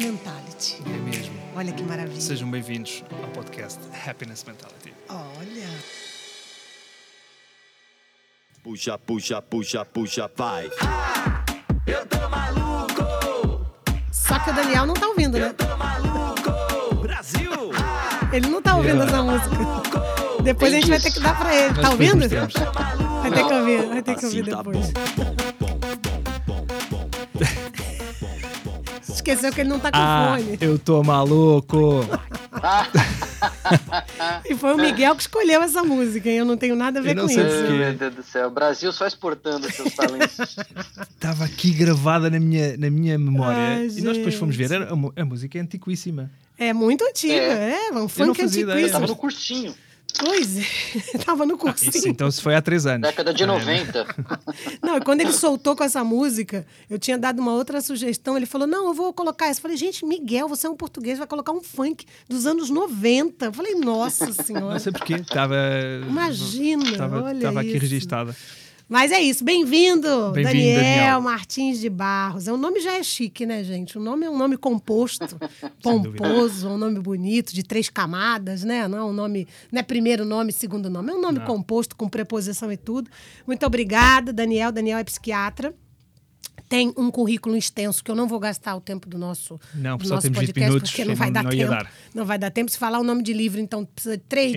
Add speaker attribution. Speaker 1: Mentality.
Speaker 2: É mesmo.
Speaker 1: Olha que maravilha.
Speaker 2: Sejam bem-vindos ao podcast Happiness Mentality.
Speaker 1: Olha.
Speaker 3: Puxa, puxa, puxa, puxa, vai.
Speaker 4: Eu tô maluco,
Speaker 1: Só que o Daniel não tá ouvindo, né?
Speaker 4: tô maluco, Brasil.
Speaker 1: Ele não tá ouvindo
Speaker 2: Yeah.
Speaker 1: essa música. Depois a gente vai ter que dar pra ele.
Speaker 2: Nós
Speaker 1: Tá ouvindo?
Speaker 2: depois temos.
Speaker 1: Vai ter que ouvir, vai ter que ouvir
Speaker 3: Assim tá bom,
Speaker 1: depois.
Speaker 3: bom, bom, bom, bom, bom, bom, bom, bom.
Speaker 1: Esqueceu que ele não tá com
Speaker 2: Ah,
Speaker 1: fone.
Speaker 2: eu tô maluco.
Speaker 1: E foi o Miguel que escolheu essa música, hein? Eu não tenho nada a ver
Speaker 2: Eu não
Speaker 1: com
Speaker 2: sei
Speaker 1: isso.
Speaker 2: porque-
Speaker 5: Meu Deus do céu, o Brasil só exportando seus talentos.
Speaker 2: Estava aqui gravada na minha, na minha memória.
Speaker 1: Ai,
Speaker 2: e nós depois fomos ver.
Speaker 1: Ah, gente.
Speaker 2: Era, a, mu- a música é antiquíssima.
Speaker 1: É muito antiga, é,
Speaker 5: É.
Speaker 1: um funk
Speaker 2: fazia ideia.
Speaker 1: antiquíssimo.
Speaker 5: Tava no cursinho,
Speaker 1: Pois é, tava no cursinho.
Speaker 2: Isso, então se foi há três anos.
Speaker 5: década de
Speaker 2: Ah,
Speaker 5: 90.
Speaker 1: Não, e quando ele soltou com essa música, eu tinha dado uma outra sugestão. Ele falou: não, eu vou colocar essa. Eu falei, gente, Miguel, você é um português, vai colocar um funk dos anos 90. Eu falei, nossa senhora.
Speaker 2: Não sei porquê. Estava.
Speaker 1: Imagina,
Speaker 2: Estava
Speaker 1: olha
Speaker 2: estava aqui
Speaker 1: isso.
Speaker 2: registada.
Speaker 1: Mas é isso, bem-vindo,
Speaker 2: Bem-vindo,
Speaker 1: Daniel,
Speaker 2: Daniel.
Speaker 1: Martins de Barros. É, O nome já é chique, né, gente? O nome é um nome composto,
Speaker 2: dúvida.
Speaker 1: pomposo, é um nome bonito, de três camadas, né? Não é um nome, não é primeiro nome, segundo nome, é um nome composto com preposição e tudo. Muito obrigada, Daniel. Daniel é psiquiatra. Tem um currículo extenso que eu não vou gastar o tempo do nosso,
Speaker 2: Não,
Speaker 1: do
Speaker 2: só
Speaker 1: nosso
Speaker 2: temos 20
Speaker 1: podcast,
Speaker 2: minutos,
Speaker 1: porque não
Speaker 2: senão
Speaker 1: vai dar
Speaker 2: não ia
Speaker 1: tempo.
Speaker 2: dar.
Speaker 1: Não vai dar tempo. Se falar o nome de livro, então precisa de três